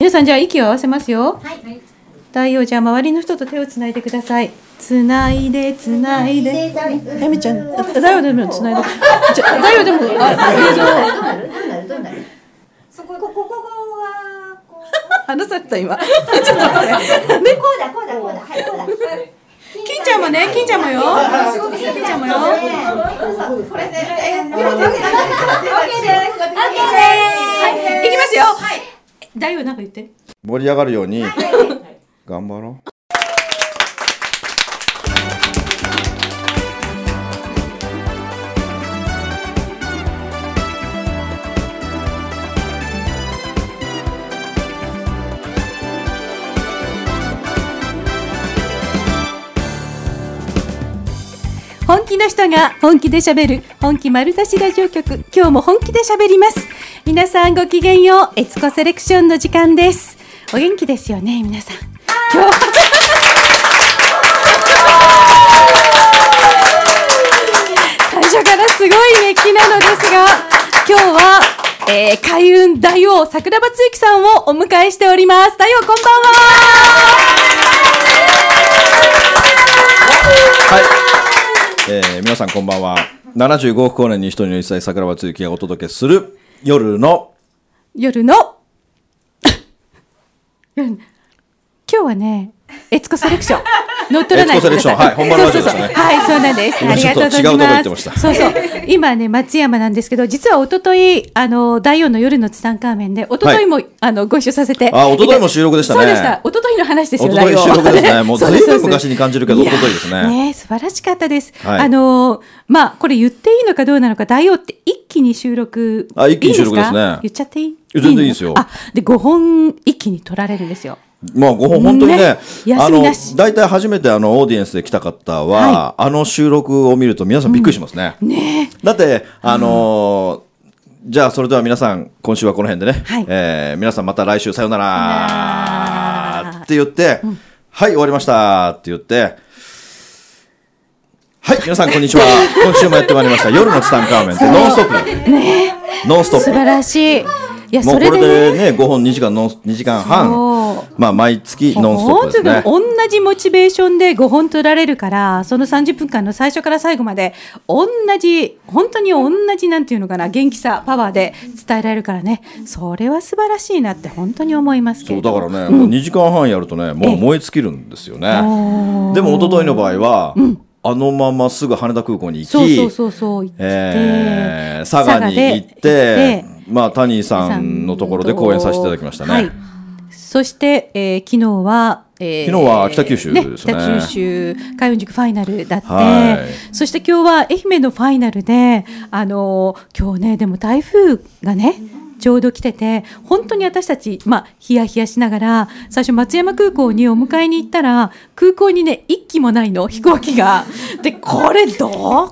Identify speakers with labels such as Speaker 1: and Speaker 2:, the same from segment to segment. Speaker 1: 皆さんじゃあ息を合わせますよ
Speaker 2: はい。
Speaker 1: 太陽じゃあ周りの人と手をつないでくださいつないでつないでやめちゃんあ太陽でもつないでちょ太陽でもあ映像
Speaker 2: どうなる？どうなる？どうなる？そここここは こう。
Speaker 1: 話された今ちょっと待って
Speaker 2: こうだこうだこうだはいこうだ。
Speaker 1: 金ちゃんもね金ちゃんもよ金ちゃんもよ
Speaker 2: これで。 オッケーです。オッケ
Speaker 1: はいいきますよ太陽なんか言って
Speaker 3: 盛り上がるように頑張ろう。
Speaker 1: 本気の人が本気で喋る本気丸出しラジオ局今日も本気で喋ります皆さんごきげんようエツコセレクションの時間ですお元気ですよね皆さん今日は最初からすごい熱気なのですが今日は、えー、開運大王桜庭つゆきさんをお迎えしております大王こんばん
Speaker 3: はい。えー、皆さんこんばんは。75億光年に一人の一切桜庭つゆきがお届けする夜の
Speaker 1: 夜の夜の今日はねエツコセレクション乗っ取らないでください
Speaker 3: エツコセレクションはい本番ラジ
Speaker 1: そうそう
Speaker 3: オでした
Speaker 1: そう
Speaker 3: ね
Speaker 1: はいそうなんですあ
Speaker 3: 今
Speaker 1: り
Speaker 3: ちょ
Speaker 1: が
Speaker 3: っ
Speaker 1: と
Speaker 3: と
Speaker 1: うございます
Speaker 3: 違うとこ行ってました
Speaker 1: そうそう今ね松山なんですけど実は一昨日あの第4の夜のツタンカーメンで一昨日も、あのご一緒させて
Speaker 3: あ一昨日も収録でしたね
Speaker 1: そうでした一昨日の話ですよ
Speaker 3: 一昨
Speaker 1: 第
Speaker 3: 日
Speaker 1: 四は
Speaker 3: 収録です ねもう
Speaker 1: そです
Speaker 3: 随分昔に感じるけ
Speaker 1: そ
Speaker 3: ど
Speaker 1: う
Speaker 3: 一昨日ですね
Speaker 1: いやーね素晴らしかったです、
Speaker 3: はい
Speaker 1: あのーまあこれ言っていいのかどうなのか大王って一気に収録
Speaker 3: あ一気に収録ですね
Speaker 1: いいんか言っちゃっていい
Speaker 3: や全然いいですよ
Speaker 1: のあで5本一気に取られるんですよ
Speaker 3: まあご本本当にね
Speaker 1: ね
Speaker 3: あ
Speaker 1: 休み
Speaker 3: の
Speaker 1: なし
Speaker 3: 大体初めてあのオーディエンスで来た方は、あの収録を見ると皆さんびっくりしますね。
Speaker 1: ね
Speaker 3: だってあのーじゃあそれでは皆さん今週はこの辺でね、
Speaker 1: はい
Speaker 3: えー皆さんまた来週さよな
Speaker 1: なら
Speaker 3: らって言って、はい終わりましたって言ってはい皆さんこ んにちは今週もやってまいりました夜のツタンカーメンってノンストップノンスト
Speaker 1: 素晴
Speaker 3: ッ
Speaker 1: らしいいや
Speaker 3: プも
Speaker 1: そうれ
Speaker 3: こ
Speaker 1: で
Speaker 3: れ
Speaker 1: ね
Speaker 3: でね5本2時間ノン2時間
Speaker 1: そ
Speaker 3: 半まあ毎月ノンストップですね
Speaker 1: 本当に同じモチベーションで5本取られるからその30分間の最初から最後まで同じ本当に同じなんていうのかな元気さパワーで伝えられるからねそれは素晴らしいなって本当に思いますけ
Speaker 3: そう
Speaker 1: れ
Speaker 3: だ
Speaker 1: ど
Speaker 3: からね、もう2時間半やるとねもう燃え尽きるんですよねでも一昨日の場合は、あのまますぐ羽田空港に行き
Speaker 1: そうそうそうそう行って、
Speaker 3: えー佐賀に行っ
Speaker 1: 佐賀で
Speaker 3: て
Speaker 1: 行っ
Speaker 3: まあ、谷さんのところで講演させていただきましたね、
Speaker 1: はい、そして、えー、昨日は、えー
Speaker 3: 昨日は北九州ですね
Speaker 1: 北九州海運塾ファイナルだって、
Speaker 3: は
Speaker 1: そして今日は愛媛のファイナルで、あのー今日ねでも台風がねちょうど来てて本当に私たち、まあ、ヒヤヒヤしながら最初松山空港にお迎えに行ったら空港にね一機もないの飛行機 が。でこれどうかな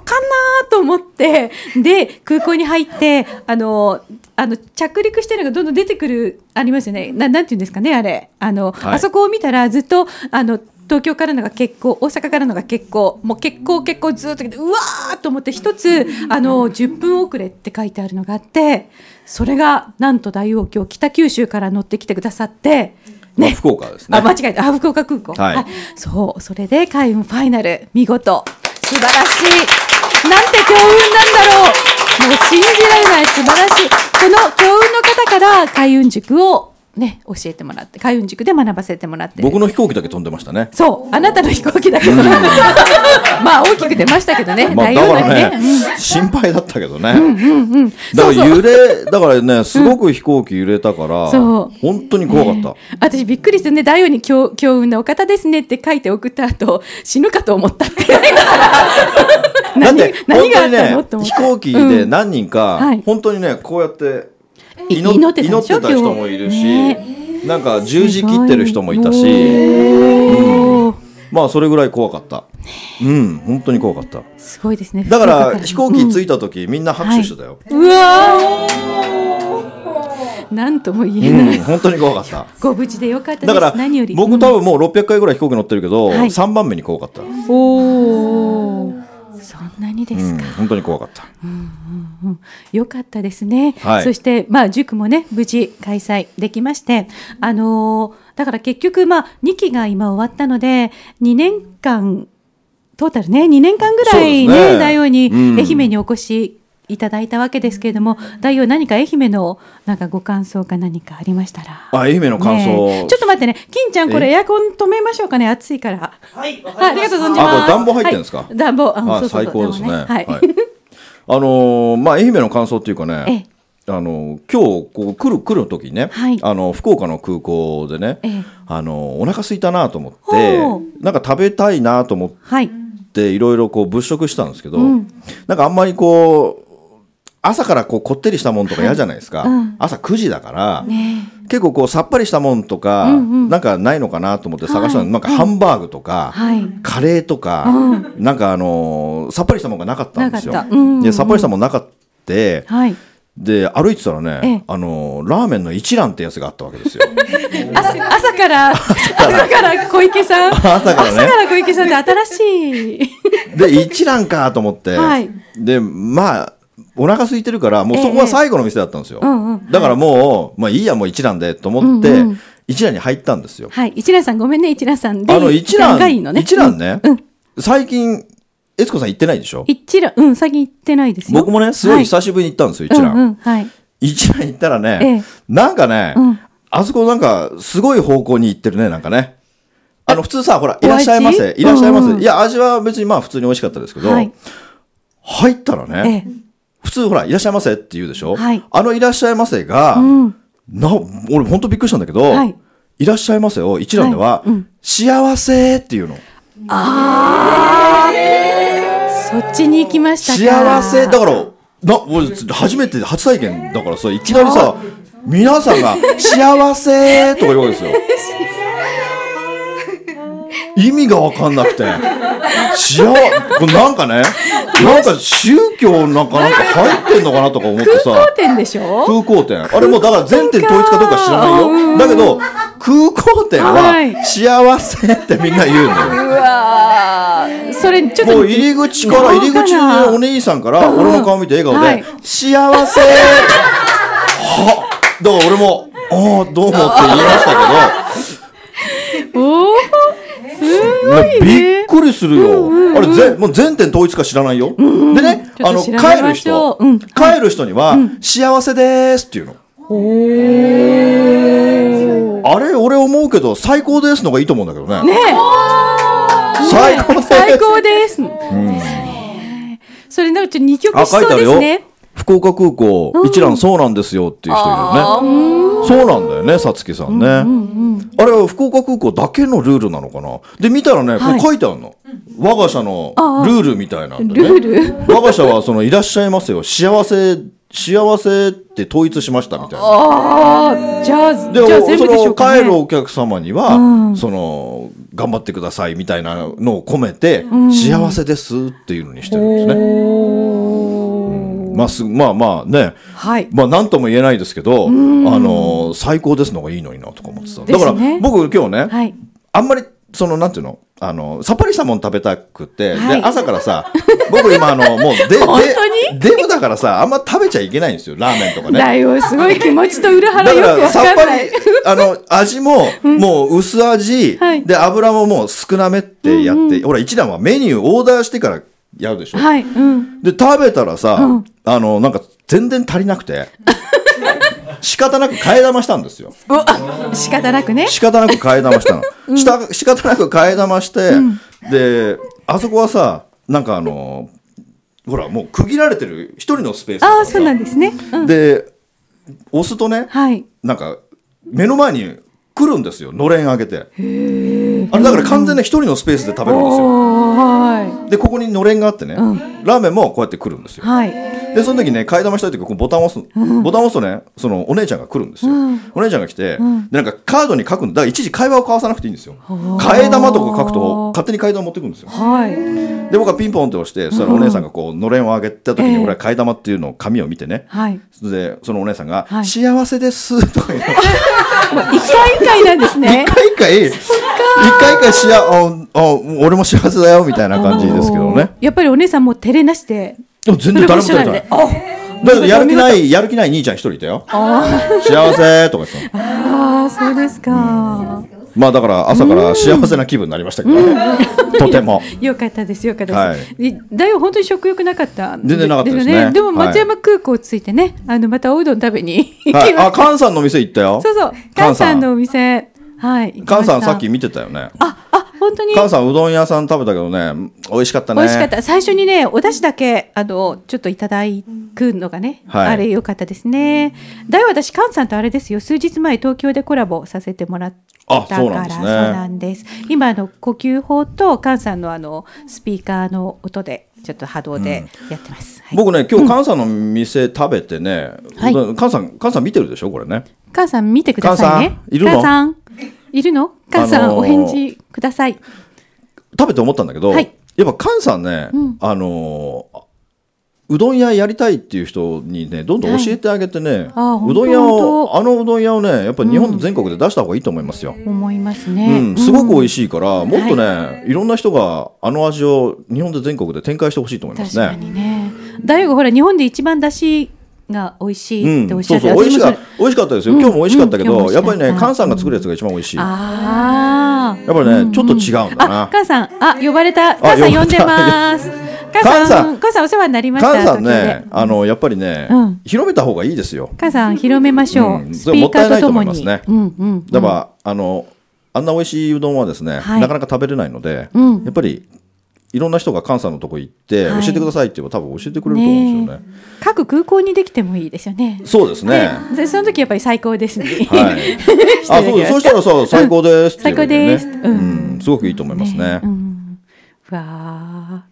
Speaker 1: と思ってで空港に入ってあのーあの着陸してるのがどんどん出てくるありますよねななんていうんですかねあれあの、
Speaker 3: はい
Speaker 1: あそこを見たらずっとあの東京からのが結構大阪からのが結構もう結構結構ずっと来てうわーと思って一つあの10分遅れって書いてあるのがあってそれがなんと大王今日北九州から乗ってきてくださって。
Speaker 3: まあ福岡ですね
Speaker 1: あ間違えたあ福岡空港、
Speaker 3: はい
Speaker 1: そうそれで海運ファイナル見事素晴らしいなんて強運なんだろうもう信じられない素晴らしいこの強運の方から海運塾をね教えてもらって海運塾で学ばせてもらってる
Speaker 3: 僕の飛行機だけ飛んでましたね
Speaker 1: そうあなたの飛行機だけど まあ大きく出ましたけどね、
Speaker 3: まあ、
Speaker 1: 大
Speaker 3: だ
Speaker 1: 運
Speaker 3: か
Speaker 1: の日
Speaker 3: らね
Speaker 1: ね
Speaker 3: 心配だったけどね、だから揺れだからねすごく飛行機揺れたから、
Speaker 1: そう
Speaker 3: 本当に怖かった、
Speaker 1: 私びっくりしてね大王に強強運なお方ですねって書いて送った後死ぬかと思ったって
Speaker 3: だっ
Speaker 1: 何
Speaker 3: て
Speaker 1: 何
Speaker 3: 本
Speaker 1: が
Speaker 3: 当
Speaker 1: あったの
Speaker 3: に
Speaker 1: って
Speaker 3: ね
Speaker 1: 思っ
Speaker 3: 飛
Speaker 1: た
Speaker 3: 行機で何人か、
Speaker 1: うんはい
Speaker 3: 本当にねこうやって
Speaker 1: い
Speaker 3: 祈っ
Speaker 1: 祈ってた
Speaker 3: 祈
Speaker 1: で
Speaker 3: っ
Speaker 1: しょ
Speaker 3: てた人もいるし、
Speaker 1: 今
Speaker 3: なんか 十字切ってる人もいたし
Speaker 1: おー
Speaker 3: まあそれぐらい怖かった、うん本当に怖かった
Speaker 1: すごいですね
Speaker 3: だから
Speaker 1: 福岡
Speaker 3: 飛行機着いた時、みんな拍手してたよ、
Speaker 1: うわーなんとも言えない、
Speaker 3: うん、本当に怖か った
Speaker 1: ご無事でよかったです
Speaker 3: だから
Speaker 1: 何より
Speaker 3: 僕
Speaker 1: うん
Speaker 3: 多分もう600回ぐらい飛行機乗ってるけど、
Speaker 1: はい
Speaker 3: 3番目に怖かった
Speaker 1: おーそんなにで
Speaker 3: う
Speaker 1: す
Speaker 3: ん
Speaker 1: か。
Speaker 3: 本当に怖かった。
Speaker 1: うんよかったですね。
Speaker 3: はい
Speaker 1: そして、まあ、塾もね、無事開催できまして、あのーだから結局、まあ、2期が今終わったので、2年間、トータルね、2年間ぐらい
Speaker 3: そうです
Speaker 1: ね、
Speaker 3: ね
Speaker 1: 大王に
Speaker 3: うん
Speaker 1: 愛媛にお越しいただいたわけですけれども、大王何か愛媛の、なんかご感想か何かありましたら。
Speaker 3: あ、愛媛の感
Speaker 1: ね
Speaker 3: 想。
Speaker 1: えちょっと待ってね、金ちゃん、これ
Speaker 3: え
Speaker 1: エアコン止めましょうかね、暑いから。
Speaker 4: はい、わ
Speaker 1: あありがとう存じます。
Speaker 3: あこれ暖房入ってんですか
Speaker 1: はい暖房、
Speaker 3: あ
Speaker 1: そうそう
Speaker 3: 最
Speaker 1: そう
Speaker 3: 高ですね。
Speaker 1: 暖房はい。
Speaker 3: あのーまあ愛媛の感想っていうかね
Speaker 1: ええ。
Speaker 3: あのー今日こう来る来る時ね、
Speaker 1: はい
Speaker 3: あの福岡の空港でね、
Speaker 1: ええ
Speaker 3: あのーお腹空いたなと思っ
Speaker 1: ほ
Speaker 3: て、なんか食べたいなと思っ
Speaker 1: はい。
Speaker 3: ていろいろこう物色したんですけど、
Speaker 1: うん
Speaker 3: なんかあんまりこう朝からこうこってりしたもんとか嫌じゃないですか。
Speaker 1: はいうん
Speaker 3: 朝9時だから。
Speaker 1: ねえ
Speaker 3: 結構こうさっぱりしたもんとか、
Speaker 1: うんうん
Speaker 3: なんかないのかなと思って探したの、
Speaker 1: はい
Speaker 3: なんかハンバーグとか、
Speaker 1: はい。
Speaker 3: カレーとか、
Speaker 1: う
Speaker 3: なんかあのーさっぱりしたもんがなかったんですよ。
Speaker 1: なかったうんうんうん
Speaker 3: でさっぱりしたもんなかった
Speaker 1: はい。
Speaker 3: で歩いてたらね、
Speaker 1: ええ
Speaker 3: あのーラーメンの一蘭ってやつがあったわけですよ。
Speaker 1: 朝朝から朝から小池さん。
Speaker 3: 朝からね
Speaker 1: 朝から小池さんって新しい。
Speaker 3: で一蘭かと思って、
Speaker 1: はい
Speaker 3: でまあお腹空いてるからもうそこは最後の店だったんですよ。
Speaker 1: うんうん
Speaker 3: だからもう、まあいいやもう一蘭でと思って、
Speaker 1: うんうん
Speaker 3: 一蘭に入ったんですよ。
Speaker 1: はい。一蘭さんごめんね一蘭さんで。
Speaker 3: あの一
Speaker 1: 段がいいの
Speaker 3: 蘭、
Speaker 1: ね。
Speaker 3: 一蘭ね、最近悦子さん行ってないでしょ
Speaker 1: うん。一蘭うん最近行ってないですよ。
Speaker 3: 僕もねすごい
Speaker 1: は
Speaker 3: 久しぶりに行ったんですよ、一蘭、
Speaker 1: うんうんはい。
Speaker 3: 一蘭行ったらね、
Speaker 1: ええ
Speaker 3: なんかね、
Speaker 1: うん
Speaker 3: あそこなんかすごい方向に行ってるねなんかねあの普通さほら「い
Speaker 1: お
Speaker 3: らっ
Speaker 1: 味
Speaker 3: しゃいませ」「いらっしゃいませ」
Speaker 1: うんうん
Speaker 3: いや味は別にまあ普通に美味しかったですけど、
Speaker 1: はい
Speaker 3: 入ったら
Speaker 1: え
Speaker 3: ね、
Speaker 1: え
Speaker 3: 普通ほら「いらっしゃいませ」って言うでしょ、
Speaker 1: はい
Speaker 3: あの「いらっしゃいませが」
Speaker 1: うん
Speaker 3: な俺ほんとびっくりしたんだけど「
Speaker 1: はい
Speaker 3: い、らっしゃいませ」を一蘭では
Speaker 1: はいう
Speaker 3: 「
Speaker 1: ん
Speaker 3: 幸せ」っていうの。
Speaker 1: そっちに行きましたか。
Speaker 3: 幸せだからな俺初めて初体験だからさいきなりさ皆さんが「幸せ」とか言うわけですよ意味が分かんなくて幸これなんかねなんか宗教なんかなんか入ってんのかなとか思って
Speaker 1: 空
Speaker 3: さ
Speaker 1: 港店でしょ。
Speaker 3: 空港店あれもうだから全店統一かどうか知らないよだけど空港店
Speaker 1: はい
Speaker 3: は「幸せ」ってみんな言うのよ
Speaker 1: うわーそれちょっ
Speaker 3: も
Speaker 1: と
Speaker 3: う入り口から
Speaker 1: うん
Speaker 3: 入り口のお姉さんから俺の顔見て笑顔
Speaker 1: はい
Speaker 3: で「幸せ!」はだから俺も「ああどうも」って言いました
Speaker 1: おお
Speaker 3: けどねびっくりするよ
Speaker 1: うんうん
Speaker 3: あれ全もう全店統一か知らないよでね
Speaker 1: ちょ
Speaker 3: あ
Speaker 1: っと
Speaker 3: の
Speaker 1: 調べましょう
Speaker 3: 帰る人
Speaker 1: うん
Speaker 3: 帰る人には「幸せです」っていうのあれ俺思うけど最高ですのがいいと思うんだけど
Speaker 1: ね
Speaker 3: ね
Speaker 1: え
Speaker 3: 最高です
Speaker 1: 最高です。ですねそれなんかちょっと二
Speaker 3: あ
Speaker 1: 曲し
Speaker 3: 書いて
Speaker 1: そ
Speaker 3: あ
Speaker 1: う
Speaker 3: る
Speaker 1: です
Speaker 3: よ
Speaker 1: ね。
Speaker 3: 福岡空港一覧そうなんですよっていう人いるよね、そうなんだよね、さつきさんね。あれは福岡空港だけのルールなのかなで、見たらね、こ
Speaker 1: は
Speaker 3: う
Speaker 1: い
Speaker 3: 書いてあるの。我が社の
Speaker 1: ああ
Speaker 3: ルールみたいなんでね。
Speaker 1: ルー
Speaker 3: ル我が社は、その、いらっしゃいませよ。幸せ、幸せって統一しましたみたいな。
Speaker 1: ああ、じゃあ、じ
Speaker 3: で、
Speaker 1: ゃあ
Speaker 3: お
Speaker 1: 全
Speaker 3: そ
Speaker 1: 部でしょう
Speaker 3: の、
Speaker 1: かね。
Speaker 3: 帰るお客様には、
Speaker 1: うん
Speaker 3: その、頑張ってくださいみたいなのを込めて、幸せですっていうのにしてるんですね。まあ、すまあまあね、
Speaker 1: はい。
Speaker 3: まあ何とも言えないですけど、あの最高ですのがいいのになとか思ってた。
Speaker 1: ですね
Speaker 3: だから僕今日ね、
Speaker 1: はい。
Speaker 3: あんまりそのなんていうの、あのさっぱりしたもん食べたくて、
Speaker 1: はい
Speaker 3: で朝からさ、 僕今あのもうで
Speaker 1: 本当
Speaker 3: でデブだからさ、あんま食べちゃいけないんですよ、ラーメンとかね。
Speaker 1: 大王、すごい気持ちと裏腹
Speaker 3: だか
Speaker 1: よく
Speaker 3: ら
Speaker 1: わ
Speaker 3: さ
Speaker 1: か
Speaker 3: っ
Speaker 1: ん
Speaker 3: ぱ
Speaker 1: ない
Speaker 3: り。あの味ももう薄味、
Speaker 1: はい
Speaker 3: で油ももう少なめってやって、ほら一段はメニューオーダーしてからやるでしょ。
Speaker 1: はい。うん。
Speaker 3: で食べたらさ、
Speaker 1: うん
Speaker 3: あのなんか全然足りなくて 仕方なく替え玉したんですよ
Speaker 1: おあ仕方なくね。
Speaker 3: 仕方なく替え玉したの、した仕方なく替え玉して、であそこはさなんかあのほらもう区切られてる一人のスペースだか
Speaker 1: あ
Speaker 3: ら
Speaker 1: あ、
Speaker 3: さ
Speaker 1: そうなんですね。うん。
Speaker 3: で押すとね
Speaker 1: はい。
Speaker 3: なんか目の前に来るんですよのれん上げてあれだから完全な一人のスペースで食べるんですよ
Speaker 1: おーは
Speaker 3: でここにのれんがあってね、ラーメンもこうやって来るんですよ
Speaker 1: い。はい。
Speaker 3: でその時ね替え玉したい時こうボタンを押す、ボタンを押すとねそのお姉ちゃんが来るんですよ、お姉ちゃんが来て、でなんかカードに書くんだから一時会話を交わさなくていいんですよ替え玉とか書くと勝手に替え玉持ってくるんですよ
Speaker 1: はい。
Speaker 3: で僕はピンポンって押してそしたらお姉さんがこうのれんを上げた時
Speaker 1: え
Speaker 3: に
Speaker 1: え
Speaker 3: 俺は替え玉っていうのを紙を見てね、
Speaker 1: はい。
Speaker 3: でそのお姉さんが「
Speaker 1: はい
Speaker 3: 幸せです」とか言って
Speaker 1: 一回一回なんですね
Speaker 3: 一。回一回回一回しあああ俺も幸せだよみたいな感じですけどね。
Speaker 1: やっぱりお姉さんも照れなしで。
Speaker 3: でも全然誰も誰もない。
Speaker 1: あ
Speaker 3: だけどやる気ないやる気ない兄ちゃん一人いたよ。幸せとか言ってたの
Speaker 1: あー、そうですか。
Speaker 3: まあだから朝から幸せな気分になりましたけどね。と ても。
Speaker 1: よかったです、よかったです。いだいぶ本当に食欲なかった。
Speaker 3: 全然なかったですね
Speaker 1: よでも
Speaker 3: はい
Speaker 1: 松山空港着いてね、あのまたおうどん食べに行きま
Speaker 3: はい。
Speaker 1: し
Speaker 3: あ、
Speaker 1: た。
Speaker 3: 菅さんの店行ったよ。
Speaker 1: そうそう、
Speaker 3: 菅
Speaker 1: 菅
Speaker 3: さ
Speaker 1: さ
Speaker 3: ん
Speaker 1: んのお店。はい。行きま
Speaker 3: 菅
Speaker 1: した
Speaker 3: さんさっき。見てたよね。
Speaker 1: あ、あ、本当に。
Speaker 3: 菅さんうどん屋さん食べたけどね、美味しかったね。
Speaker 1: 美味しかった。最初にね、お出汁だけ、あの、ちょっといただくのがね、
Speaker 3: はい
Speaker 1: あれ良かったですね。だい私、菅さんとあれですよ、数日前、東京でコラボさせてもらった
Speaker 3: あ
Speaker 1: から、
Speaker 3: そうなんですね
Speaker 1: そうなんです今、あの、呼吸法と菅さんのあの、スピーカーの音で、ちょっと波動でやってます。はい
Speaker 3: 僕ね今日菅さんの店食べてね、
Speaker 1: は
Speaker 3: 菅
Speaker 1: い
Speaker 3: さん菅さん見てるでしょこれね
Speaker 1: 菅さん、見てくださいね。
Speaker 3: 菅さんいるの
Speaker 1: 菅さん、いるの菅さん、
Speaker 3: あのー
Speaker 1: お返事ください。
Speaker 3: 食べて思ったんだけど、
Speaker 1: はい
Speaker 3: やっぱ菅さんね、
Speaker 1: うん
Speaker 3: あのーうどん屋やりたいっていう人にねどんどん教えてあげてね、
Speaker 1: あー
Speaker 3: うどん屋
Speaker 1: 本
Speaker 3: をあのうどん屋をねやっぱり日本全国で出した方がいいと思いますよ、
Speaker 1: 思います
Speaker 3: う
Speaker 1: ね。
Speaker 3: んすごく美味しいから、もっとね、い、ろんな人があの味を日本で全国で展開してほしいと思いま
Speaker 1: 確
Speaker 3: す
Speaker 1: か
Speaker 3: ね。
Speaker 1: にね。大悟ほら日本で一番出汁が美味しいっておっ
Speaker 3: うん、
Speaker 1: し
Speaker 3: そ
Speaker 1: ゃ
Speaker 3: う
Speaker 1: って、
Speaker 3: そう美味し
Speaker 1: 私
Speaker 3: か
Speaker 1: もそれ
Speaker 3: 美味しかったですよ。今日も美味しかったけ
Speaker 1: うん
Speaker 3: ど、
Speaker 1: 今日
Speaker 3: やっ
Speaker 1: も美味し
Speaker 3: ぱ
Speaker 1: か
Speaker 3: り
Speaker 1: った
Speaker 3: ね菅さんが作るやつが一番美味しい。やっ
Speaker 1: ああ。
Speaker 3: ぱりね、ちょっと違うんだ
Speaker 1: あ
Speaker 3: な、。
Speaker 1: 母さん、あ、呼ばれた、母さん呼んでます。母
Speaker 3: 母さ
Speaker 1: さ
Speaker 3: ん
Speaker 1: ん、母さんお世話になりました。
Speaker 3: 菅さん
Speaker 1: 東京
Speaker 3: ね
Speaker 1: で、
Speaker 3: あのやっぱりね、
Speaker 1: うん
Speaker 3: 広めた方がいいですよ。
Speaker 1: 母さん広めましょ
Speaker 3: うん
Speaker 1: う。スピーカーとともに。
Speaker 3: それはもったいないと
Speaker 1: うんうん。
Speaker 3: だから、あのあんな美味しいうどんはですね、
Speaker 1: はい
Speaker 3: なかなか食べれないので、
Speaker 1: うん
Speaker 3: やっぱりいろんな人が菅さんのとこ行って、
Speaker 1: はい
Speaker 3: 教えてくださいって言えば多分教えてくれると思うんですよね。
Speaker 1: え各空港にできてもいいですよね。
Speaker 3: そうですね。
Speaker 1: ででその時やっぱり最高ですね。
Speaker 3: はい。
Speaker 1: して
Speaker 3: あ、
Speaker 1: いただき
Speaker 3: そ
Speaker 1: ま
Speaker 3: うで
Speaker 1: した
Speaker 3: す。そうしたらさ、最高ですって言えばいいよね。
Speaker 1: 最高ですうん
Speaker 3: うん、すごくいいと思いますね
Speaker 1: う。ん、うわあ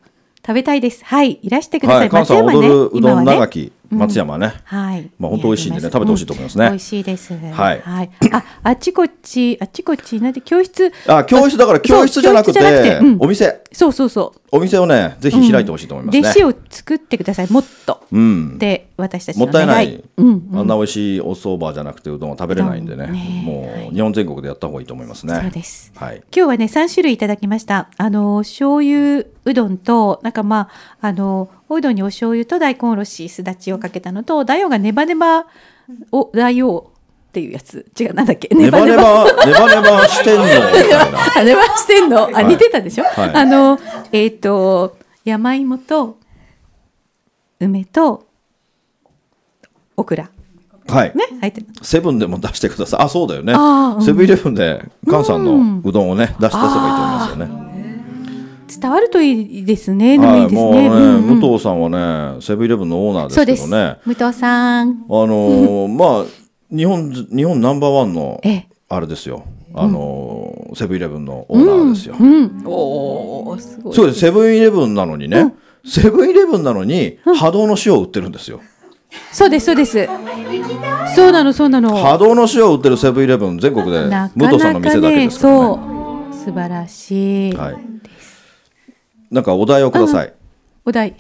Speaker 1: 食べたいです。はい、いらしてください。
Speaker 3: はい、菅さん
Speaker 1: 松山
Speaker 3: 踊
Speaker 1: ね
Speaker 3: るう
Speaker 1: 今
Speaker 3: ど
Speaker 1: は
Speaker 3: ん
Speaker 1: ね
Speaker 3: 長き松山ね。
Speaker 1: はい。
Speaker 3: まあ本当美味しいんでね
Speaker 1: やり
Speaker 3: 食べてほしいと思いますね
Speaker 1: うん美味しいです。
Speaker 3: はい
Speaker 1: あ、あっちこっち、あっちこっち、なんで教室。
Speaker 3: あ、教室だから教室じゃなくて
Speaker 1: そう教室じゃなくてうん
Speaker 3: お店
Speaker 1: そうそうそ
Speaker 3: お店をねぜ
Speaker 1: う。
Speaker 3: ひ開いてほしいと思います
Speaker 1: うん
Speaker 3: ね
Speaker 1: 弟。子を作ってください。もっと。
Speaker 3: うん。
Speaker 1: で、私たちの
Speaker 3: もったいない、
Speaker 1: 願うん、うん
Speaker 3: あんな美味しいお蕎麦じゃなくてうどんは食べれないんでね
Speaker 1: うどんね
Speaker 3: もう日本全国でやった方がいいと思いますね
Speaker 1: そうです
Speaker 3: はい
Speaker 1: 今日はね3種類いただきましたあの醤油うどんとなんかまああのおうどんにお醤油と大根おろしすだちをかけたのと大王がネバネバを大王っていうやつ違うなんだっけ
Speaker 3: ネバ ネバネバネバしてんのみたいな
Speaker 1: あネバしてんのあ
Speaker 3: い
Speaker 1: 似てたでしょ、
Speaker 3: はい
Speaker 1: あのえっ、と山芋と梅とオクラ
Speaker 3: はい
Speaker 1: ね入ってる
Speaker 3: セブンでも出してくださいあそうだよね
Speaker 1: あーうん
Speaker 3: セブンイレブンで菅さんのうどんをね出して出せばいいと思いますよね
Speaker 1: 伝わるといいですねでもいいで
Speaker 3: は
Speaker 1: すね、
Speaker 3: もうね、
Speaker 1: うんうん
Speaker 3: 武藤さんはねセブンイレブンのオーナーで
Speaker 1: そう
Speaker 3: すけ
Speaker 1: で
Speaker 3: ど
Speaker 1: す、
Speaker 3: ねあ
Speaker 1: 武藤さん
Speaker 3: の ーまあ日本日本ナンバーワンの
Speaker 1: ええ
Speaker 3: あれですよあのーセブンイレブンのオーナーですよ、
Speaker 1: うん、おお、すごい。
Speaker 3: そうですセブンイレブンなのにね、セブンイレブンなのに波動の塩を売ってるんですよ、
Speaker 1: そうです、そうです。そうなの、そうなの。
Speaker 3: 波動の塩を売ってるセブンイレブン全国で
Speaker 1: な
Speaker 3: 武
Speaker 1: か
Speaker 3: 藤さん
Speaker 1: な
Speaker 3: の
Speaker 1: か
Speaker 3: 店だけ
Speaker 1: ね、
Speaker 3: ですからね
Speaker 1: そう、素晴らしい。
Speaker 3: はいなんかお題をください、
Speaker 1: お題、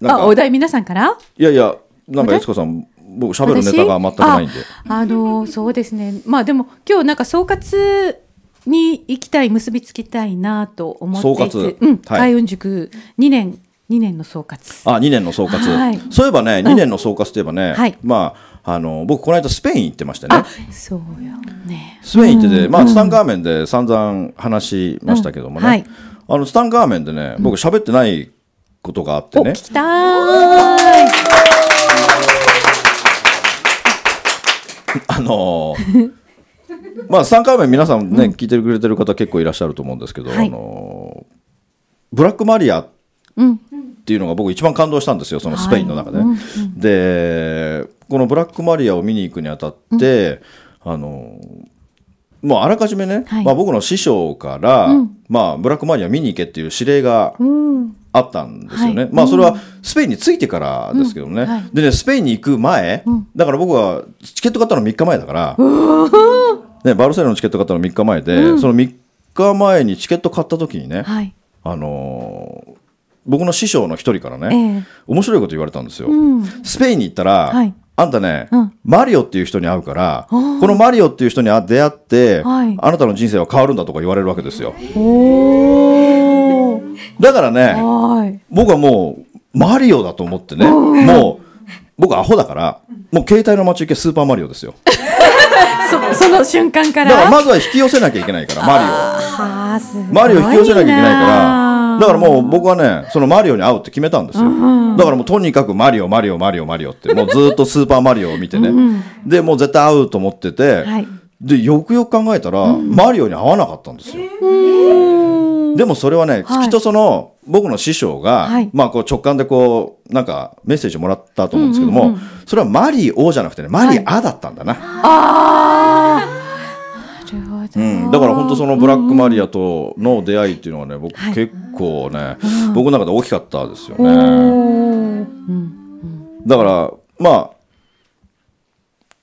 Speaker 3: なん
Speaker 1: あ、
Speaker 3: か
Speaker 1: お題皆さんから。
Speaker 3: いやいやな
Speaker 1: お
Speaker 3: んか
Speaker 1: 題
Speaker 3: 悦子さん僕喋るネタが全
Speaker 1: 私
Speaker 3: くないんで
Speaker 1: ああのーそうですねまあでも今日なんか総括に行きたい結びつきたいなと思っていて
Speaker 3: 総括
Speaker 1: うん、
Speaker 3: はい
Speaker 1: 開運塾2年2年の総括
Speaker 3: あ2年の総括、
Speaker 1: はい
Speaker 3: そういえばね2年の総括といえばね、
Speaker 1: はい
Speaker 3: まああの僕この間スペイン行ってましてね
Speaker 1: あそうよね
Speaker 3: スペイン行ってて、まあ、ツタンカーメンで散々話しましたけどもね、
Speaker 1: うんはい
Speaker 3: あのツタンカーメンでね僕喋ってないことがあって
Speaker 1: お
Speaker 3: ね
Speaker 1: 聞、きたーい
Speaker 3: あの ーまあ3回目皆さんね、聞いてくれてる方結構いらっしゃると思うんですけど、
Speaker 1: はい
Speaker 3: あのーブラックマリアっ
Speaker 1: うん
Speaker 3: ていうのが僕一番感動したんですよそのスペインの中で、ね
Speaker 1: はいうん
Speaker 3: でこのブラックマリアを見に行くにあたって、あのーもうあらかじめね、
Speaker 1: はい
Speaker 3: まあ、僕の師匠から、まあ、ブラックマリア見に行けっていう指令が
Speaker 1: うん
Speaker 3: あったんですよね、
Speaker 1: はい
Speaker 3: まあそれはスペインに着いてからですけどね、
Speaker 1: うんはい
Speaker 3: でねスペインに行く前、だから僕はチケット買ったの3日前だから、ね、バルセロナのチケット買ったの3日前で、その3日前にチケット買った時にね、
Speaker 1: はい
Speaker 3: あのー僕の師匠の一人から
Speaker 1: ええ
Speaker 3: ね、面白いこと言われたんですよ、
Speaker 1: うん
Speaker 3: スペインに行ったら、
Speaker 1: はい
Speaker 3: あんたね、
Speaker 1: うん
Speaker 3: マリオっていう人に会うから、こ
Speaker 1: ー
Speaker 3: のマリオっていう人にあ出会って、
Speaker 1: はい
Speaker 3: あなたの人生は変わるんだとか言われるわけですよ。
Speaker 1: おー
Speaker 3: だからね、
Speaker 1: はい。
Speaker 3: 僕はもう、マリオだと思ってね、もう、僕アホだから、もう携帯の待ち受けスーパーマリオですよ。
Speaker 1: そその瞬間か
Speaker 3: だから
Speaker 1: ら。
Speaker 3: まずは引き寄せなきゃいけないから、マリオを。
Speaker 1: はあすごいな
Speaker 3: マリオ引き寄せなきゃいけないから、だからもう僕はね、そのマリオに会うって決めたんですよ。だからもうとにかくマリオ、マリオ、マリオ、マリオ って、もうずっとスーパーマリオを見てね。で、もう絶対会うと思ってて
Speaker 1: はい、
Speaker 3: で、よくよく考えたら、マリオに会わなかったんですよ。でもそれはね、
Speaker 1: はい
Speaker 3: きっとその、僕の師匠が
Speaker 1: はい、
Speaker 3: まあこう直感でこう、なんかメッセージもらったと思うんですけども、それはマリオじゃなくてね、マリアだったんだな。
Speaker 1: ああ。なるほど。
Speaker 3: うん、だから本当そのブラックマリアとの出会いっていうのはね、僕
Speaker 1: はい
Speaker 3: 結構ね、僕の中で大きかったですよ
Speaker 1: お
Speaker 3: ね。
Speaker 1: ーうん
Speaker 3: だから、まあ、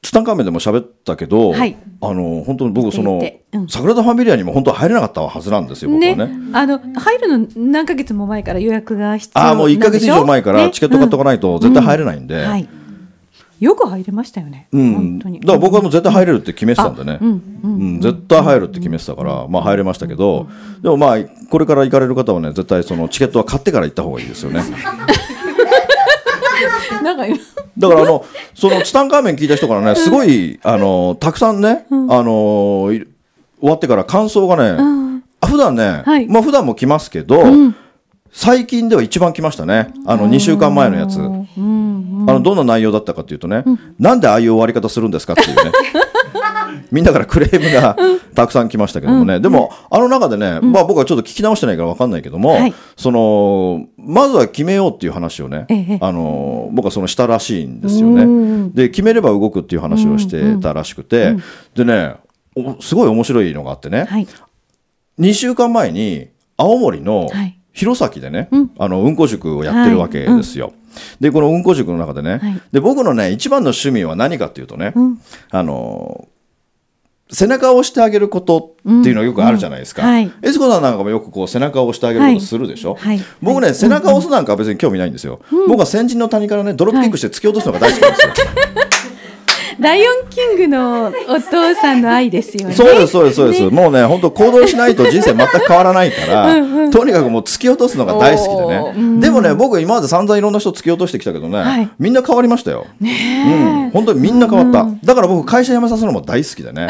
Speaker 3: ツタンカーメンでも喋ったけど、
Speaker 1: はい
Speaker 3: あの、本当に僕そ
Speaker 1: 見
Speaker 3: の
Speaker 1: ていてうん、
Speaker 3: サグラダ・ファミリアにも本当は入れなかったはずなんですよ、僕は
Speaker 1: ね
Speaker 3: ね。、
Speaker 1: あの入るの何ヶ月も前から予約が必要
Speaker 3: ああ、もう1
Speaker 1: な
Speaker 3: ヶ
Speaker 1: んで
Speaker 3: 月以
Speaker 1: しょ
Speaker 3: 上前から
Speaker 1: ね
Speaker 3: チケット買っとかないと絶対入れないんで、
Speaker 1: うんはい、よく入れましたよね、
Speaker 3: うん、
Speaker 1: 本当に
Speaker 3: だから僕はもう絶対入れるって決めてたんでね、
Speaker 1: う
Speaker 3: うんん絶対入るって決めてたから、まあ、入れましたけど、でもまあこれから行かれる方はね絶対そのチケットは買ってから行った方がいいですよね
Speaker 1: なんか今
Speaker 3: だからあのそのツタンカーメン聞いた人からねすごいあのたくさんね、あのい終わってから感想がね、あ普段ね、
Speaker 1: はい
Speaker 3: まあ普段も来ますけど、最近では一番来ましたねあの2週間前のやつ。あのどんな内容だったかというとね、なんでああいう終わり方するんですかっていう ねみんなからクレームがたくさん来ましたけどもね、でもあの中でね、まあ、僕はちょっと聞き直してないから分かんないけども、
Speaker 1: はい
Speaker 3: そのまずは決めようっていう話をね、
Speaker 1: ええ
Speaker 3: あの僕はそのしたらしいんですよ
Speaker 1: う
Speaker 3: ね
Speaker 1: ん。
Speaker 3: で決めれば動くっていう話をしてたらしくて、でねおすごい面白いのがあってね、
Speaker 1: はい
Speaker 3: 2週間前に青森の
Speaker 1: はい
Speaker 3: 弘前でね、あの運行塾をやってるわけですよ。でこの運行塾の中でね、
Speaker 1: はい
Speaker 3: で僕のね一番の趣味は何かっていうとね、あの背中を押してあげることっていうのがよくあるじゃないですか。
Speaker 1: うんうんはい
Speaker 3: えつこさんなんかもよくこう背中を押してあげることするでしょ、
Speaker 1: はいはい
Speaker 3: 僕ね、背中を押すなんかは別に興味ないんですよ、僕は先人の谷からねドロップキックして突き落とすのが大好きなんですよ、
Speaker 1: ライオンキングのお父さんの愛ですよね
Speaker 3: そうですそうですそうです、もうね本当行動しないと人生全く変わらないからとにかくもう突き落とすのが大好きでね、でもね僕今まで散々いろんな人突き落としてきたけどね、
Speaker 1: はい
Speaker 3: みんな変わりましたよ、うん、本当にみんな変わった、だから僕会社辞めさせるのも大好きでね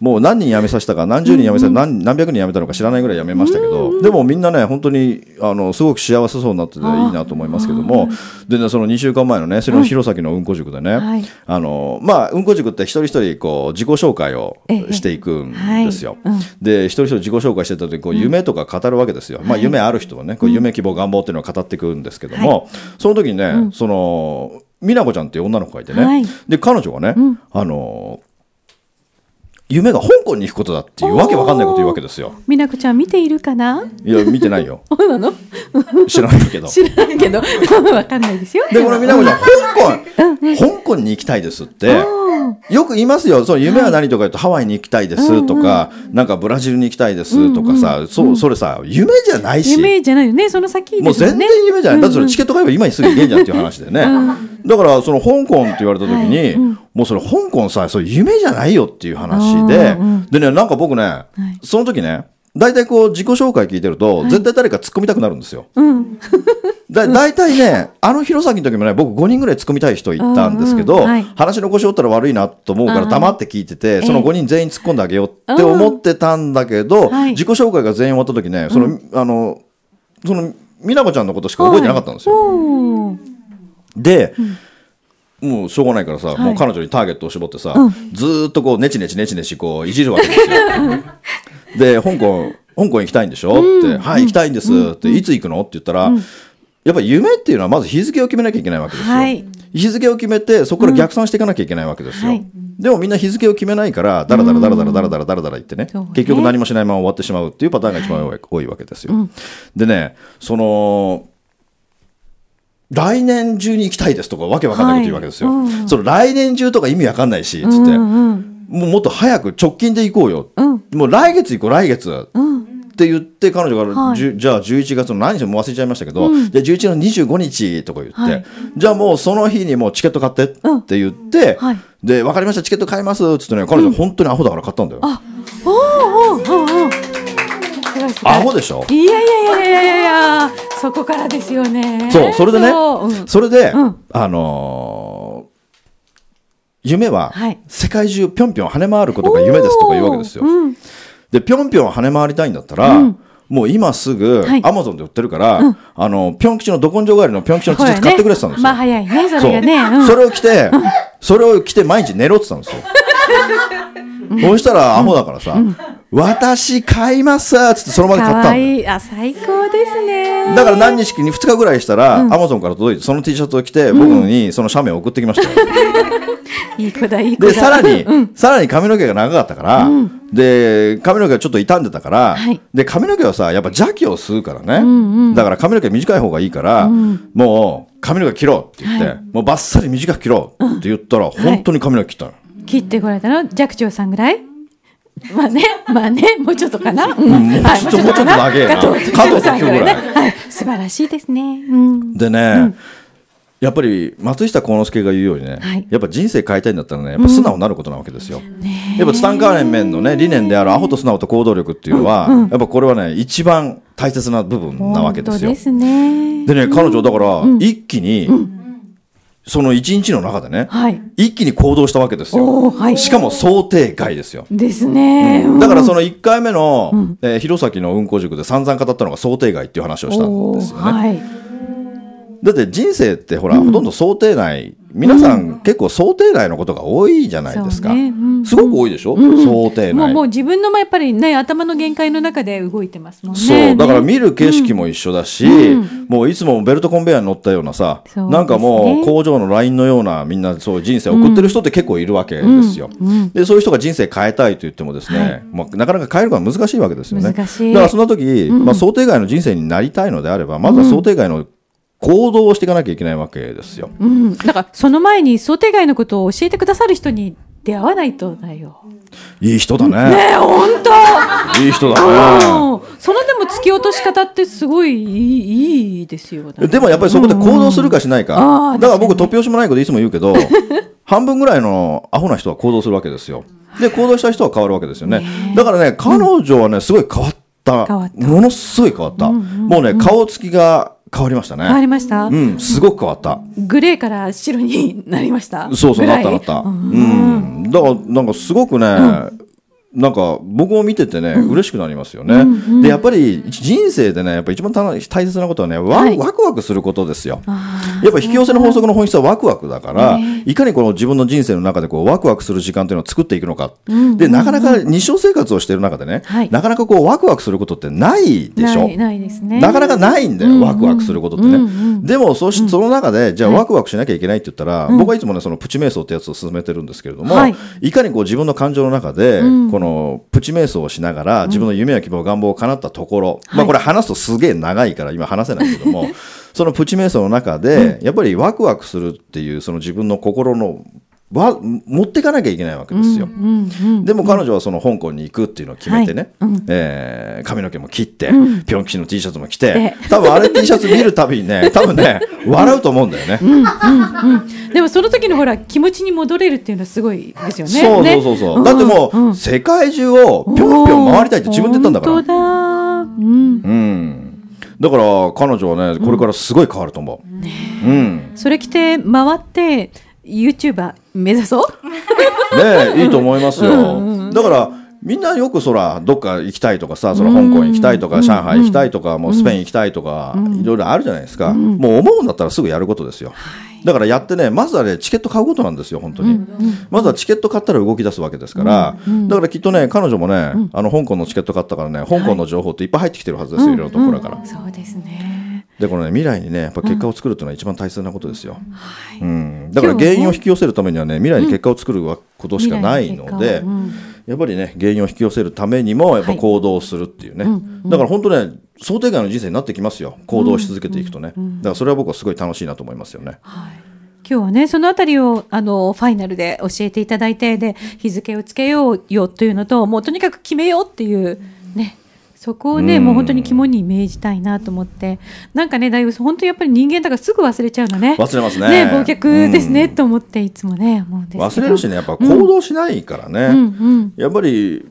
Speaker 3: もう何人辞めさせたか何十人辞めさせた、何何百人辞めたのか知らないぐらい辞めましたけど、でもみんなね本当にあのすごく幸せそうになってていいなと思いますけどもでねその2週間前のねそれの弘前のうんこ塾でね、
Speaker 1: はい
Speaker 3: あのまあ、うんこ塾って一人一人こう自己紹介を
Speaker 1: ええ
Speaker 3: していくんですよ。で一人一人自己紹介してた時にこう夢とか語るわけですよ。まあ、夢ある人はねこう夢希望願望っていうのを語っていくんですけども、その時にね、その美奈子ちゃんっていう女の子がいてね、
Speaker 1: はい
Speaker 3: で彼女がね、あの夢が香港に行くことだっていうわけわかんないこと言うわけですよ。
Speaker 1: みなこちゃん見ているかない
Speaker 3: や見てないよ
Speaker 1: そうなの
Speaker 3: 知らないけ ど。
Speaker 1: 知らんけどわかんないですよ
Speaker 3: で、このみなこちゃん、香港、香港に行きたいですって、よく言いますよ。その夢は何とか言うと、ハワイに行きたいですとか、なんかブラジルに行きたいですとかさ、そう、それさ、夢じゃないし。
Speaker 1: 夢じゃないよねその先
Speaker 3: も
Speaker 1: で
Speaker 3: う
Speaker 1: すよ
Speaker 3: 全
Speaker 1: ね
Speaker 3: 然夢じゃない、だってそれチケット買えば今にすぐ行けんじゃんっていう話でね、だからその香港って言われた時に、もうそれ香港さそれ夢じゃないよっていう話で、でねなんか僕ね、その時ね大体こう自己紹介聞いてると、絶対誰か突っ込みたくなるんですよ。 だ大体ね、あの弘前の時もね、僕5人ぐらい突っ込みたい人いたんですけど、
Speaker 1: うんうんはい
Speaker 3: 話の腰折ったら悪いなと思うから黙って聞いてて、
Speaker 1: え
Speaker 3: その5人全員突っ込んであげようって思ってたんだけど、
Speaker 1: はい
Speaker 3: 自己紹介が全員終わった時ね、その、あの、その、美奈子ちゃんのことしか覚えてなかったんですよ。
Speaker 1: おー
Speaker 3: で、もうしょうがないからさ、もう彼女にターゲットを絞ってさ、ずーっとこう、ネチネチネチネチこう、いじるわけですよ。で、香港、香港行きたいんでしょって、はい、行きたいんですって、いつ行くのって言ったら、やっぱ夢っていうのはまず日付を決めなきゃいけないわけですよ。
Speaker 1: はい
Speaker 3: 日付を決めて、そこから逆算していかなきゃいけないわけですよ。
Speaker 1: うんはい
Speaker 3: でもみんな日付を決めないから、だらだらだらだらだらだらだらだら言ってね、
Speaker 1: そうね
Speaker 3: 結局何もしないまま終わってしまうっていうパターンが一番多い多いわけですよ。でね、その、来年中に行きたいですとかわけわかんないこと言うわけですよ。
Speaker 1: はい
Speaker 3: その来年中とか意味わかんないし、つって、
Speaker 1: うんうん
Speaker 3: もうもっと早く直近で行こうよ。
Speaker 1: うん
Speaker 3: もう来月行こう、来月。って言って彼女が、
Speaker 1: はい
Speaker 3: じゅじゃあ11月の何日もう忘れちゃいましたけど、
Speaker 1: うん
Speaker 3: じゃあ11月の25日とか言って、
Speaker 1: はい
Speaker 3: じゃあもうその日にもうチケット買ってって言って、
Speaker 1: はい
Speaker 3: で分かりましたチケット買いますっつってね彼女本当にアホだから買ったんだよ、
Speaker 1: あおおおーおーおーすごいすごい
Speaker 3: アホでしょ
Speaker 1: いやいやいやいやいやいやそこからですよね
Speaker 3: そうそれでね
Speaker 1: そううん
Speaker 3: それで、
Speaker 1: うん
Speaker 3: あのー夢は
Speaker 1: はい
Speaker 3: 世界中ぴょんぴょん跳ね回ることが夢ですとか言うわけですよ。
Speaker 1: うん
Speaker 3: でぴょんぴょん跳ね回りたいんだったら、
Speaker 1: うん
Speaker 3: もう今すぐ
Speaker 1: はい
Speaker 3: アマゾンで売ってるから、あのぴょん吉のど根性帰りのぴょん吉の T シャツ買ってくれてたんですよ。
Speaker 1: まあ早いねそ
Speaker 3: そ
Speaker 1: れ
Speaker 3: う
Speaker 1: がねうん
Speaker 3: それを着て、それを着て毎日寝ろって言ってたんですよ。そうしたらアホだからさ、私買いますっつってその場で買ったん
Speaker 1: 可
Speaker 3: だよ。
Speaker 1: 愛いあ最高ですね
Speaker 3: だから何日かに2日ぐらいしたら、アマゾンから届いて、その T シャツを着て、僕にその写メを送ってきましたよ。
Speaker 1: いい子だいい子だ
Speaker 3: で、さらに、さらに髪の毛が長かったから、で、髪の毛がちょっと傷んでたから、
Speaker 1: はい
Speaker 3: で、髪の毛はさ、やっぱ邪気を吸うからね、だから髪の毛短い方がいいから、もう髪の毛切ろうって言って、
Speaker 1: はい
Speaker 3: もうバッサリ短く切ろうって言ったら、本当に髪の毛切ったの。
Speaker 1: 切ってこられたの寂聴さんぐらいまあねまあねもうちょっとかな、うん
Speaker 3: もう
Speaker 1: はい
Speaker 3: ちょっともうちょっと長えな
Speaker 1: 加藤
Speaker 3: 加藤
Speaker 1: さんぐらいね
Speaker 3: 加藤さんぐ
Speaker 1: はい、素晴らしいですね、うん、
Speaker 3: でね、やっぱり松下幸之助が言うようにね、
Speaker 1: はい
Speaker 3: やっぱ人生変えたいんだったらねやっぱ素直になることなわけですよ、やっぱツタンカーレンメンのね理念であるアホと素直と行動力っていうのは、やっぱこれはね一番大切な部分なわけです
Speaker 1: 本
Speaker 3: よ
Speaker 1: 当ですね
Speaker 3: でね彼女はだから、一気に、その一日の中でね、
Speaker 1: はい
Speaker 3: 一気に行動したわけですよ
Speaker 1: おーはい
Speaker 3: しかも想定外ですよ
Speaker 1: ですね、うん
Speaker 3: だからその1回目の、えー弘前の運行塾で散々語ったのが想定外っていう話をしたんですよね。
Speaker 1: おーはい
Speaker 3: だって人生ってほら、ほとんど想定内皆さん結構想定内のことが多いじゃないですか、
Speaker 1: そうねうん
Speaker 3: すごく多いでしょ、想定内
Speaker 1: もうもう自分のまあやっぱりね頭の限界の中で動いてますもんね
Speaker 3: そうだから
Speaker 1: ね
Speaker 3: 見る景色も一緒だし、もういつもベルトコンベヤーに乗ったようなさ、
Speaker 1: そうですね
Speaker 3: なんかもう工場のラインのようなみんなそういう人生を送ってる人って結構いるわけですよ、でそういう人が人生変えたいと言ってもですね、
Speaker 1: はい
Speaker 3: まあ、なかなか変えるのは難しいわけですよね
Speaker 1: 難しい
Speaker 3: だからそんな時、まあ、想定外の人生になりたいのであればまずは想定外の行動をしていかなきゃいけないわけですよ、
Speaker 1: うん、だからその前に想定外のことを教えてくださる人に出会わないとだよ。
Speaker 3: いい人だ
Speaker 1: えー、本当。
Speaker 3: いい人だね。
Speaker 1: うんそのでも突き落とし方ってすごいいいいいですよ。
Speaker 3: でもやっぱりそこで行動するかしない
Speaker 1: うんうんあ
Speaker 3: か。
Speaker 1: ー
Speaker 3: だから僕、突拍子もないことでいつも言うけど、 半分ぐらいのアホな人は行動するわけですよ。で、行動した人は変わるわけですよね。だからね、彼女はね、すごい変わった。
Speaker 1: 変わった
Speaker 3: ものすごい変わった。もうね、顔つきが変わりました
Speaker 1: 変わ
Speaker 3: ね。
Speaker 1: りました、
Speaker 3: うん、すごく変わった。
Speaker 1: グレーから白になりました。
Speaker 3: そう
Speaker 1: ぐ
Speaker 3: そう、な
Speaker 1: ら
Speaker 3: っ
Speaker 1: い
Speaker 3: たなった。うん。だから、なんかすごくね、なんか僕を見ててね、嬉しくなりますよね。で、やっぱり人生でね、やっぱ一番た大切なことはね、わ
Speaker 1: はい
Speaker 3: ワクワクすることですよ。やっぱ引き寄せの法則の本質はワクワクだから、いかにこの自分の人生の中でこうワクワクする時間というのを作っていくのか。で、なかなか日常生活をしている中でね
Speaker 1: はい、
Speaker 3: なかなかこうワクワクすることってないでしょ
Speaker 1: ない。ないですね。
Speaker 3: なかなかないんだよ、ワクワクすることってね。でもそし、その中で、じゃあワクワクしなきゃいけないって言ったら、僕はいつもね、そのプチ瞑想ってやつを進めてるんですけれども、
Speaker 1: はい
Speaker 3: い、かにこう自分の感情の中で、このプチ瞑想をしながら、自分の夢や希望、願望を叶ったところ、まあこれ話すとすげえ長いから今話せないけども、そのプチ瞑想の中で、やっぱりワクワクするっていう、その自分の心のわ持っていかなきゃいけないわけですよ。
Speaker 1: うんうん。
Speaker 3: でも彼女はその香港に行くっていうのを決めてね、えー髪の毛も切って、ピョン吉の T シャツも着て
Speaker 1: で、
Speaker 3: 多分あれ T シャツ見るたびに ね、多分ね、笑うと思うんだよね。
Speaker 1: でもその時のほら気持ちに戻れるっていうのはすごいですよね。
Speaker 3: そうそ
Speaker 1: ね
Speaker 3: うそうそう、だってもう、世界中をぴょんぴょん回りたいって自分で言ったんだから。
Speaker 1: 本当だ。うん。
Speaker 3: うん。だから彼女はね、これからすごい変わると思う。うん。
Speaker 1: それ着て回ってユーチューバー目指そう。
Speaker 3: ねいいと思いますよ。だからみんなよくそらどっか行きたいとかさそら香港行きたいとか上海行きたいとかもうスペイン行きたいとかいろいろあるじゃないですかもう思うんだったらすぐやることですよだからやってねまずはねチケット買うことなんですよ本当にまずはチケット買ったら動き出すわけですからだからきっとね彼女もねあの香港のチケット買ったからね香港の情報っていっぱい入ってきてるはずですよいろいろところから
Speaker 1: そうですね。
Speaker 3: でこのね未来にねやっぱ結果を作るというのは一番大切なことですよ、うん、だから原因を引き寄せるためにはね未来に結果を作るわことしかないの
Speaker 1: 未
Speaker 3: で、
Speaker 1: 来の結
Speaker 3: やっぱりね原因を引き寄せるためにもやっぱ行動をするっていうね、だから本当ね想定外の人生になってきますよ行動し続けていくとね、だからそれは僕はすごい楽しいなと思いますよね、
Speaker 1: 今日はねそのあたりをあのファイナルで教えていただいてで日付をつけようよというのともうとにかく決めようっていうねそこをね、
Speaker 3: うん
Speaker 1: もう本当に肝に銘じたいなと思ってなんかねだいぶ本当にやっぱり人間だからすぐ忘れちゃうのね
Speaker 3: 忘れますね
Speaker 1: ね忘却ですね、
Speaker 3: うん
Speaker 1: と思っていつもね思うんですけど
Speaker 3: 忘れるしねやっぱ行動しないからね、
Speaker 1: うんうん
Speaker 3: やっぱり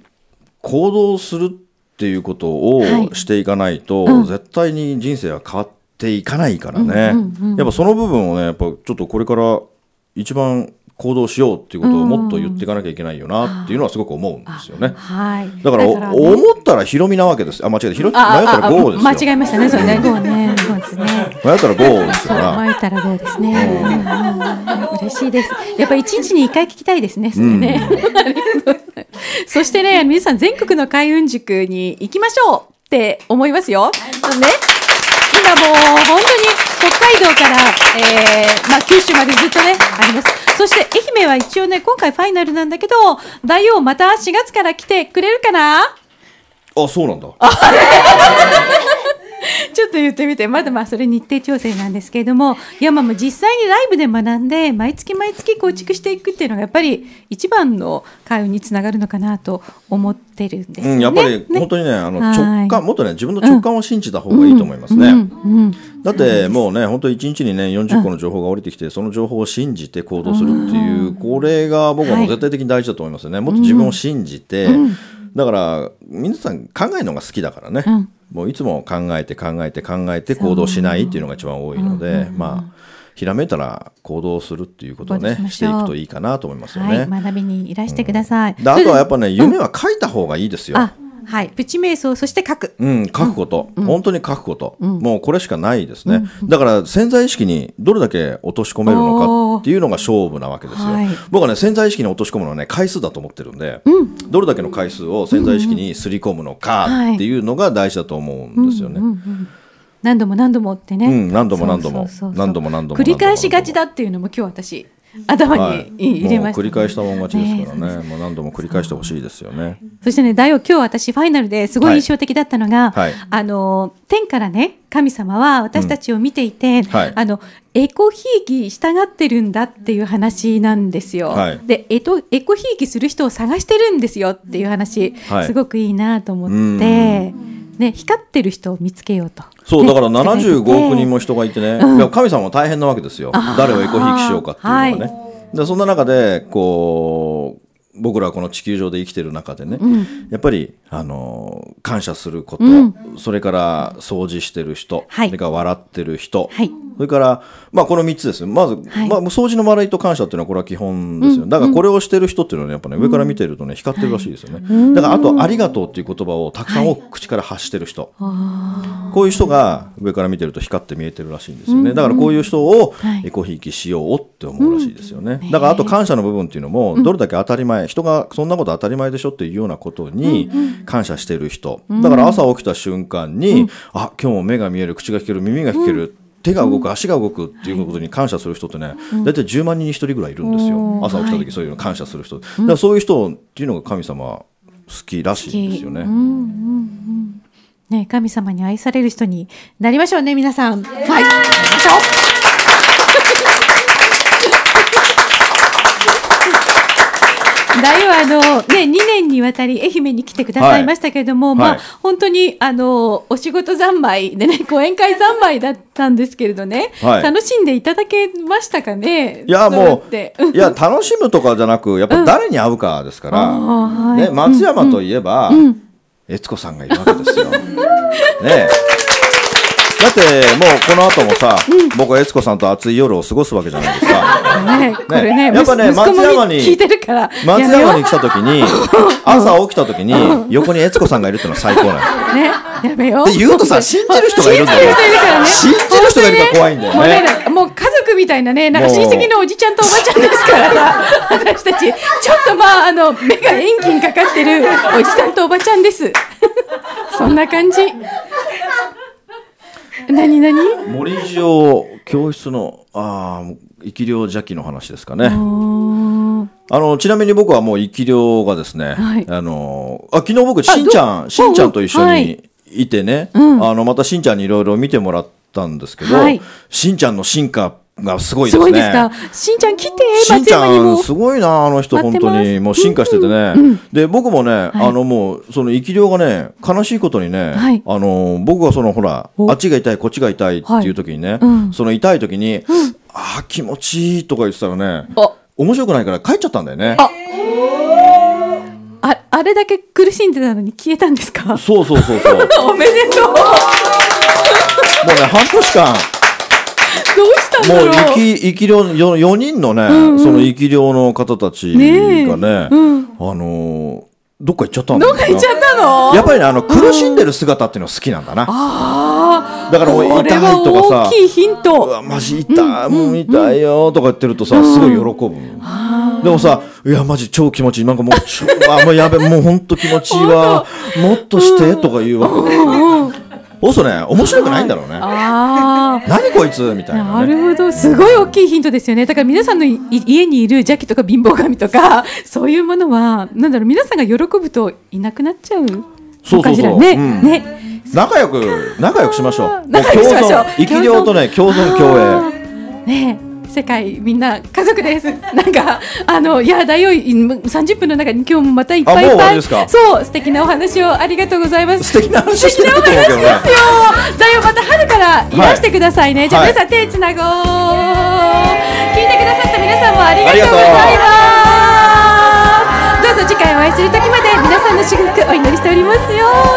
Speaker 3: 行動するっていうこと
Speaker 1: はい
Speaker 3: をしていかないと、
Speaker 1: うん
Speaker 3: 絶対に人生は変わっていかないからね、
Speaker 1: うんうんうん
Speaker 3: やっぱその部分をねやっぱちょっとこれから一番行動しようっていうことをもっと言っていかなきゃいけないよなっていうのはすごく思うんですよね。
Speaker 1: はい
Speaker 3: だから
Speaker 1: ね
Speaker 3: お思ったらヒロミなわけです。あ間違えた。ヒロ迷ったらゴーですよ。
Speaker 1: 間違えましたねそれね5ね5ですね
Speaker 3: 迷ったらゴーです
Speaker 1: そ
Speaker 3: か
Speaker 1: う、
Speaker 3: ら。
Speaker 1: 巻いたらどうですね。うん嬉しいです。やっぱり一日に一回聞きたいですね。それね。 ありがとうございますそしてね、皆さん全国の開運塾に行きましょうって思いますよ。ね。今もう本当に北海道から、えーまあ、九州までずっとね、あります。そして愛媛は一応ね、今回ファイナルなんだけど、大王また4月から来てくれるかな
Speaker 3: あそうなんだ。
Speaker 1: ちょっと言ってみてまだまあそれ日程調整なんですけれども山も実際にライブで学んで毎月毎月構築していくっていうのがやっぱり一番の開運につながるのかなと思ってるんですよね。
Speaker 3: うんやっぱり
Speaker 1: ね
Speaker 3: 本当にねあの
Speaker 1: はい
Speaker 3: 直感もっとね自分の直感を信じた方がいいと思いますね。
Speaker 1: うんうん
Speaker 3: だってもうね、本当1日にね、40個の情報が降りてきて、その情報を信じて行動するっていう、これが僕はもう絶対的に大事だと思いますよね。もっと自分を信じて、だから、皆さん考えるのが好きだからね、
Speaker 1: うん
Speaker 3: もういつも考えて考えて考えて行動しないっていうのが一番多いので、まあ、ひらめいたら行動するっていうことを
Speaker 1: 行
Speaker 3: ね
Speaker 1: 動しま
Speaker 3: し
Speaker 1: しょ
Speaker 3: て
Speaker 1: う
Speaker 3: いくといいかなと思いますよ
Speaker 1: は
Speaker 3: ね。
Speaker 1: い、学びにいらしてください。
Speaker 3: であとはやっぱ
Speaker 1: ね、
Speaker 3: ね、夢は書いた方がいいですよ。
Speaker 1: あはい、プチ瞑想そして書く。
Speaker 3: うん、書くこと、本当に書くこと、もうこれしかないですね、だから潜在意識にどれだけ落とし込めるのかっていうのが勝負なわけですよ、
Speaker 1: おーはい
Speaker 3: 僕はね潜在意識に落とし込むのはね回数だと思ってるんで、どれだけの回数を潜在意識にすり込むのかっていうのが大事だと思うんですよね、
Speaker 1: うんうん何度も何度もってね。
Speaker 3: うん何度も何度
Speaker 1: そ
Speaker 3: も
Speaker 1: うそうそうそう
Speaker 3: 何度も何度も
Speaker 1: 繰り返しがちだっていうのも今日私頭に 入れ
Speaker 3: もう
Speaker 1: ました、
Speaker 3: 繰り返したもん勝ちですから
Speaker 1: え
Speaker 3: ねもう何度も繰り返してほしいですよね
Speaker 1: そしてね、大王、今日私ファイナルですごい印象的だったのが、
Speaker 3: はいはい
Speaker 1: あの、天からね、神様は私たちを見ていて、
Speaker 3: はい
Speaker 1: あの、エコひいき従ってるんだっていう話なんですよ。
Speaker 3: はい
Speaker 1: で、エトエコひいきする人を探してるんですよっていう話、
Speaker 3: はい
Speaker 1: すごくいいなと思っ
Speaker 3: う
Speaker 1: て
Speaker 3: ん、
Speaker 1: ね、光ってる人を見つけようと。
Speaker 3: そう、
Speaker 1: ね
Speaker 3: だから75億人
Speaker 1: も。
Speaker 3: も人がいてね、いや神様は大変なわけですよ。誰をエコひいきしようかっていうのがね。でそんな中で、こう、僕らこの地球上で生きてる中でね、やっぱり、あのー感謝すること、それから掃除してる人、
Speaker 1: はい
Speaker 3: それから笑ってる人、
Speaker 1: はい
Speaker 3: それから、まあ、この3つですねまず、
Speaker 1: はい
Speaker 3: まあ、掃除の笑いと感謝っていうのはこれは基本ですよ、だからこれをしてる人っていうのはねやっぱね上から見てるとね光ってるらしいですよね、だからあと「ありがとう」っていう言葉をたくさん多く口から発してる人、こういう人が上から見てると光って見えてるらしいんですよね。だからこういう人を
Speaker 1: はい
Speaker 3: エコひいきしようって思うらしいですよね。だからあと感謝の部分っていうのも、どれだけ当たり前、人がそんなこと当たり前でしょっていうようなことに感謝してる人。だから朝起きた瞬間に、あ、今日も目が見える、口が聞ける、耳が聞ける。手が動く、足が動くっていうことに感謝する人ってね、大体10万人に1人ぐらいいるんですよ。朝起きた時そういうの感謝する人。だからそういう人っていうのが神様は好きらしいんですよね。
Speaker 1: ね、神様に愛される人になりましょうね、皆さん。はい。なりましょう。大王あのね2年にわたり愛媛に来てくださいましたけれども、
Speaker 3: はい
Speaker 1: まあ、
Speaker 3: はい
Speaker 1: 本当にあのお仕事三昧で ね講演会三昧だったんですけれどね、
Speaker 3: はい
Speaker 1: 楽しんでいただけましたかね。
Speaker 3: いや
Speaker 1: そうや
Speaker 3: も
Speaker 1: っ
Speaker 3: う、
Speaker 1: てうん
Speaker 3: いや楽しむとかじゃなく、やっぱ誰に会うかですから、
Speaker 1: あーはい
Speaker 3: ね、松山といえば、悦子さんがいるわ けですよ。ねえだってもうこの後もさ、僕は悦子さんと熱い夜を過ごすわけじゃないですか。
Speaker 1: ねこれね
Speaker 3: やっぱね
Speaker 1: 息子も
Speaker 3: 松山に
Speaker 1: 聞いてるから
Speaker 3: 松
Speaker 1: やめよ
Speaker 3: 山
Speaker 1: う
Speaker 3: に来た時に、朝起きた時に、横に悦子さんがいるってのは最高なの。
Speaker 1: ね、やめよう。
Speaker 3: で言うとさ信じる人がいるんだよ
Speaker 1: 信じる人いるからね。
Speaker 3: 信じる人がいるから怖いんだよね
Speaker 1: 本当にもうね、もう家族みたいなね、なんか
Speaker 3: もう
Speaker 1: 親戚のおじちゃんとおばちゃんですから さ、私たち、ちょっとまあ、あの、目が遠近かかってるおじさんとおばちゃんです。そんな感じ。何何
Speaker 3: 森上教室のあー生き量邪気の話ですかね。あのちなみに僕はもう生き量がですね、
Speaker 1: はい
Speaker 3: あのあ昨日僕しんちゃ
Speaker 1: あど
Speaker 3: んしんちゃんと一緒
Speaker 1: うんうんはい
Speaker 3: にいてね、
Speaker 1: ん
Speaker 3: あのまたしんちゃんにいろいろ見てもらったんですけど、
Speaker 1: はい
Speaker 3: しんちゃんの進化がすごいですすね。
Speaker 1: ごいですか。しんちゃん来て、
Speaker 3: しん
Speaker 1: 松
Speaker 3: ち
Speaker 1: 山に
Speaker 3: ゃん、
Speaker 1: も。
Speaker 3: すごいな、あの人、
Speaker 1: 待っ
Speaker 3: 本
Speaker 1: て
Speaker 3: 当に。
Speaker 1: ます
Speaker 3: もう進化しててね。で、僕もね、あの、もう、その、生き量がね、悲しいことにね、
Speaker 1: はい
Speaker 3: あの、僕がその、ほら、
Speaker 1: お
Speaker 3: あっちが痛い、こっちが痛いっていう時にね、
Speaker 1: うん
Speaker 3: その、痛い時に、ああ、気持ちいいとか言ってたらね、
Speaker 1: あ
Speaker 3: 面白くないから帰っちゃったんだよね。
Speaker 1: ああ、あれだけ苦しんでたのに消えたんです か。
Speaker 3: そうそうそうそう。もうね、
Speaker 1: おめでとう。
Speaker 3: 半年間、
Speaker 1: どうしたんだ
Speaker 3: もう
Speaker 1: ろう。
Speaker 3: 生き、生き量、よ4人のね、その生き量の方たちがね、
Speaker 1: ねえ
Speaker 3: あ
Speaker 1: うん
Speaker 3: のーどっか行っちゃったんだ
Speaker 1: ど
Speaker 3: よ
Speaker 1: っ
Speaker 3: な
Speaker 1: か行っちゃったの。
Speaker 3: やっぱりね、あの、苦しんでる姿っていうの好きなんだな。
Speaker 1: ああ。
Speaker 3: だからもう
Speaker 1: こ
Speaker 3: 痛い
Speaker 1: れは
Speaker 3: とかさ
Speaker 1: 大、きいヒン
Speaker 3: うわ、
Speaker 1: ト。
Speaker 3: マジ痛い、もう痛いよとか言ってるとさ、すごい喜ぶ。でもさ、いや、マジ超気持ちいい。なんかもう、 超あ、もうやべ、もうほんと気持ちいいわ。もっとして、とか言うわけですよ。そうするとね、面白くないんだろうね。
Speaker 1: ああ。
Speaker 3: 何こいつみたいな
Speaker 1: な
Speaker 3: ね。
Speaker 1: るほど、すごい大きいヒントですよね。だから皆さんのい家にいるジャケとか貧乏神とか、 そういうものは、なんだろう、皆さんが喜ぶといなくなっちゃう
Speaker 3: そうそうそう
Speaker 1: のかしらね。
Speaker 3: うん
Speaker 1: ね。
Speaker 3: 仲良く、仲良くしましょう。もう
Speaker 1: 仲良くしましょう
Speaker 3: 共存生き量とね、共存共
Speaker 1: あ
Speaker 3: 栄。
Speaker 1: ーねえ世界みんな家族です。なん かあのいやだよ三十分の中に今日もまたいっぱいい
Speaker 3: あもう
Speaker 1: っ
Speaker 3: 終わ
Speaker 1: ぱ
Speaker 3: り
Speaker 1: い。
Speaker 3: ですか
Speaker 1: そう素敵なお話をありがとうございます。
Speaker 3: 素敵な話してないと思うけど
Speaker 1: です
Speaker 3: ね。
Speaker 1: よ。だよまた春からいらしてくださいね。
Speaker 3: はい
Speaker 1: じゃあ
Speaker 3: はい
Speaker 1: 皆さん手つなごう。聞いてくださった皆さんもありがとうございます。どうぞ次回お会いする時まで皆さんの祝福お祈りしておりますよう